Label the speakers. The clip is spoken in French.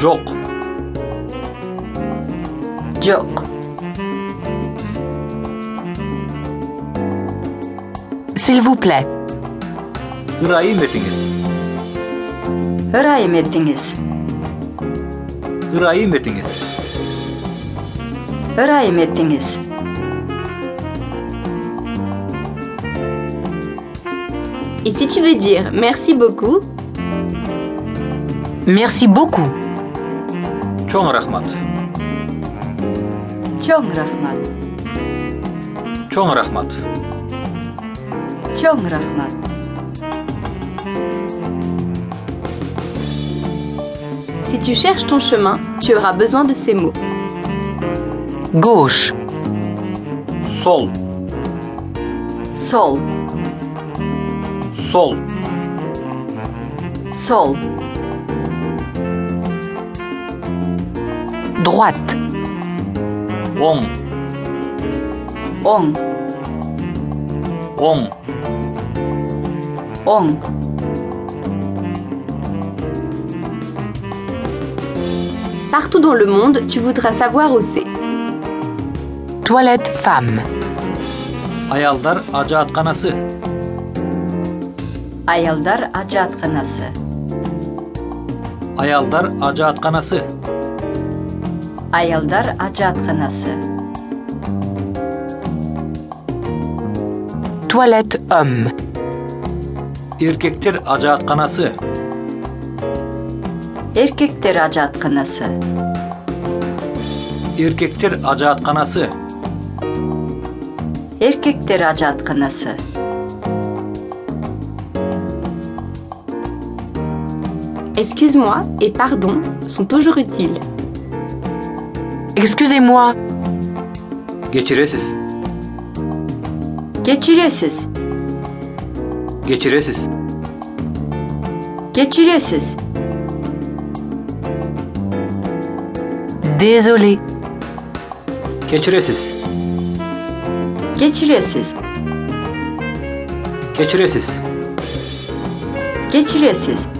Speaker 1: Çok.
Speaker 2: Yok. S'il vous plaît.
Speaker 1: Hırayım etiniz.
Speaker 2: Hırayım ettiniz.
Speaker 1: Hırayım etiniz.
Speaker 2: Hırayım ettiniz.
Speaker 3: Et si tu veux dire merci beaucoup,
Speaker 4: Merci beaucoup.
Speaker 1: Çok rahmat.
Speaker 2: Çok rahmat.
Speaker 1: Çok rahmat.
Speaker 2: Çok rahmat.
Speaker 3: si tu cherches ton chemin, tu auras besoin de ces mots.
Speaker 4: Gauche.
Speaker 1: Sol.
Speaker 2: Sol.
Speaker 1: Sol.
Speaker 2: Sol.
Speaker 4: Droite.
Speaker 1: On.
Speaker 2: On.
Speaker 1: On.
Speaker 2: On.
Speaker 3: Partout dans le monde, tu voudras savoir où c'est.
Speaker 4: Toilette femme.
Speaker 1: Ayaldar acı atkanası.
Speaker 2: Ayaldar acı atkanası.
Speaker 1: Ayaldar acı atkanası.
Speaker 2: Ayaldar acı atkanası.
Speaker 4: Toilette homme.
Speaker 1: Erkektir acı atkanası.
Speaker 2: Erkekler acı atkanası.
Speaker 1: Erkektir acı atkanası.
Speaker 2: Erkekler acı atkanası.
Speaker 3: Excuse-moi et pardon sont toujours utiles.
Speaker 4: Excusez-moi.
Speaker 1: Geçiresiz.
Speaker 2: Geçiresiz.
Speaker 1: Geçiresiz.
Speaker 2: Geçiresiz.
Speaker 4: Désolé.
Speaker 1: Keçiresiz.
Speaker 2: Geçiresiz.
Speaker 1: Keçiresiz.
Speaker 2: Geçiresiz.